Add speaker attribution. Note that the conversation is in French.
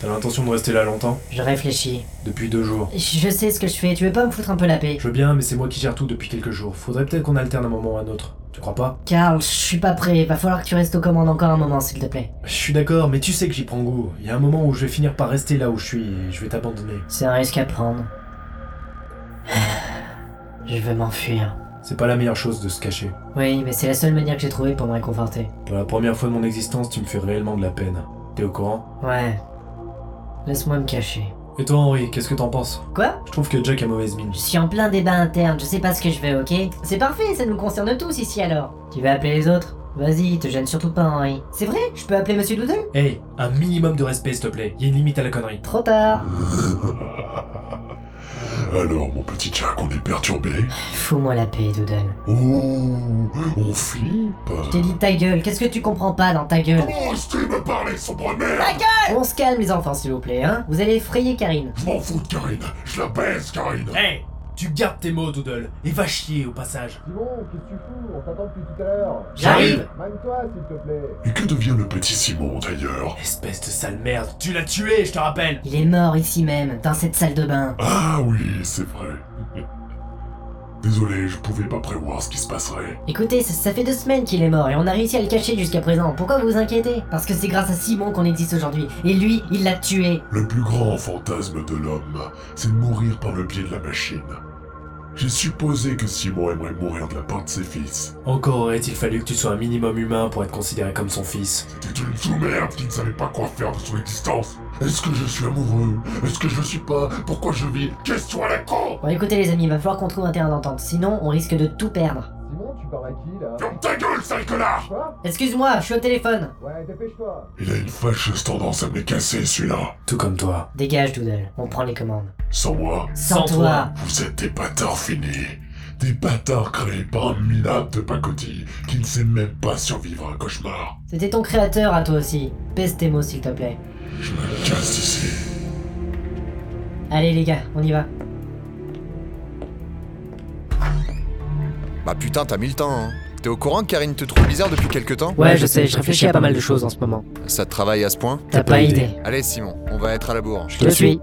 Speaker 1: T'as l'intention de rester là longtemps
Speaker 2: Je réfléchis.
Speaker 1: Depuis deux jours.
Speaker 2: Je sais ce que je fais, tu veux pas me foutre un peu la paix
Speaker 1: Je veux bien, mais c'est moi qui gère tout depuis quelques jours. Faudrait peut-être qu'on alterne un moment ou un autre. Tu crois pas
Speaker 2: Carl, je suis pas prêt, va falloir que tu restes aux commandes encore un moment, s'il te plaît.
Speaker 1: Je suis d'accord, mais tu sais que j'y prends goût. Il y a un moment où je vais finir par rester là où je suis et je vais t'abandonner.
Speaker 2: C'est un risque à prendre. Je veux m'enfuir.
Speaker 1: C'est pas la meilleure chose de se cacher.
Speaker 2: Oui, mais c'est la seule manière que j'ai trouvée pour me réconforter.
Speaker 1: Pour la première fois de mon existence, tu me fais réellement de la peine. T'es au courant
Speaker 2: Ouais. Laisse-moi me cacher.
Speaker 1: Et toi, Henri, qu'est-ce que t'en penses
Speaker 2: Quoi
Speaker 1: Je trouve que Jack a mauvaise mine.
Speaker 2: Je suis en plein débat interne, je sais pas ce que je veux, ok C'est parfait, ça nous concerne tous ici alors. Tu vas appeler les autres Vas-y, te gêne surtout pas, Henri. C'est vrai Je peux appeler Monsieur Doodle
Speaker 1: Hey, un minimum de respect, s'il te plaît. Y a une limite à la connerie.
Speaker 2: Trop tard.
Speaker 3: Alors, mon petit Jack, on est perturbé
Speaker 2: Fous-moi la paix, Doodle.
Speaker 3: Oh, on flippe
Speaker 2: Je t'ai dit ta gueule, qu'est-ce que tu comprends pas dans ta gueule
Speaker 3: Comment est-ce qu'il me parler, sombre merde
Speaker 2: On se calme, les enfants, s'il vous plaît, hein Vous allez effrayer Karine.
Speaker 3: Je m'en fous de Karine Je la baise, Karine
Speaker 1: Hey Tu gardes tes mots, Doodle, et va chier au passage.
Speaker 4: Simon, qu'est-ce que tu fous On t'attend depuis tout à l'heure.
Speaker 1: J'arrive
Speaker 4: Manque-toi, s'il te plaît.
Speaker 3: Et que devient le petit Simon, d'ailleurs
Speaker 1: Espèce de sale merde, tu l'as tué, je te rappelle
Speaker 2: Il est mort ici même, dans cette salle de bain.
Speaker 3: Ah oui, c'est vrai. Désolé, je pouvais pas prévoir ce qui se passerait.
Speaker 2: Écoutez, ça, ça fait deux semaines qu'il est mort et on a réussi à le cacher jusqu'à présent. Pourquoi vous vous inquiétez Parce que c'est grâce à Simon qu'on existe aujourd'hui. Et lui, il l'a tué.
Speaker 3: Le plus grand fantasme de l'homme, c'est de mourir par le biais de la machine. J'ai supposé que Simon aimerait mourir de la part de ses fils.
Speaker 1: Encore aurait-il fallu que tu sois un minimum humain pour être considéré comme son fils.
Speaker 3: C'était une sous-merde qui ne savait pas quoi faire de son existence. Est-ce que je suis amoureux Est-ce que je le suis pas Pourquoi je vis Question à la con
Speaker 2: Bon, écoutez, les amis, il va falloir qu'on trouve un terrain d'entente. Sinon, on risque de tout perdre.
Speaker 4: Simon, tu parles à qui, là
Speaker 3: Ferme ta gueule, sale connard
Speaker 4: Quoi
Speaker 2: Excuse-moi, je suis au téléphone.
Speaker 4: Ouais, dépêche-toi.
Speaker 3: Il a une fâcheuse tendance à me les casser, celui-là.
Speaker 1: Tout comme toi.
Speaker 2: Dégage, Doodle. On prend les commandes.
Speaker 3: Sans moi,
Speaker 2: Sans,
Speaker 1: Sans
Speaker 2: toi.
Speaker 1: toi.
Speaker 3: Vous êtes des bâtards finis. Des bâtards créés par un minable de pacotille qui ne sait même pas survivre à un cauchemar.
Speaker 2: C'était ton créateur à toi aussi. Pèse tes mots, s'il te plaît.
Speaker 3: Je me casse d'ici.
Speaker 2: Allez, les gars, on y va.
Speaker 5: Bah putain, t'as mis le temps, hein. T'es au courant que Karine te trouve bizarre depuis quelque temps
Speaker 2: Ouais, je sais, je réfléchis à pas mal de choses en ce moment.
Speaker 5: Ça te travaille à ce point
Speaker 2: T'as pas idée.
Speaker 5: Allez Simon, on va être à la bourre.
Speaker 2: Je te suis.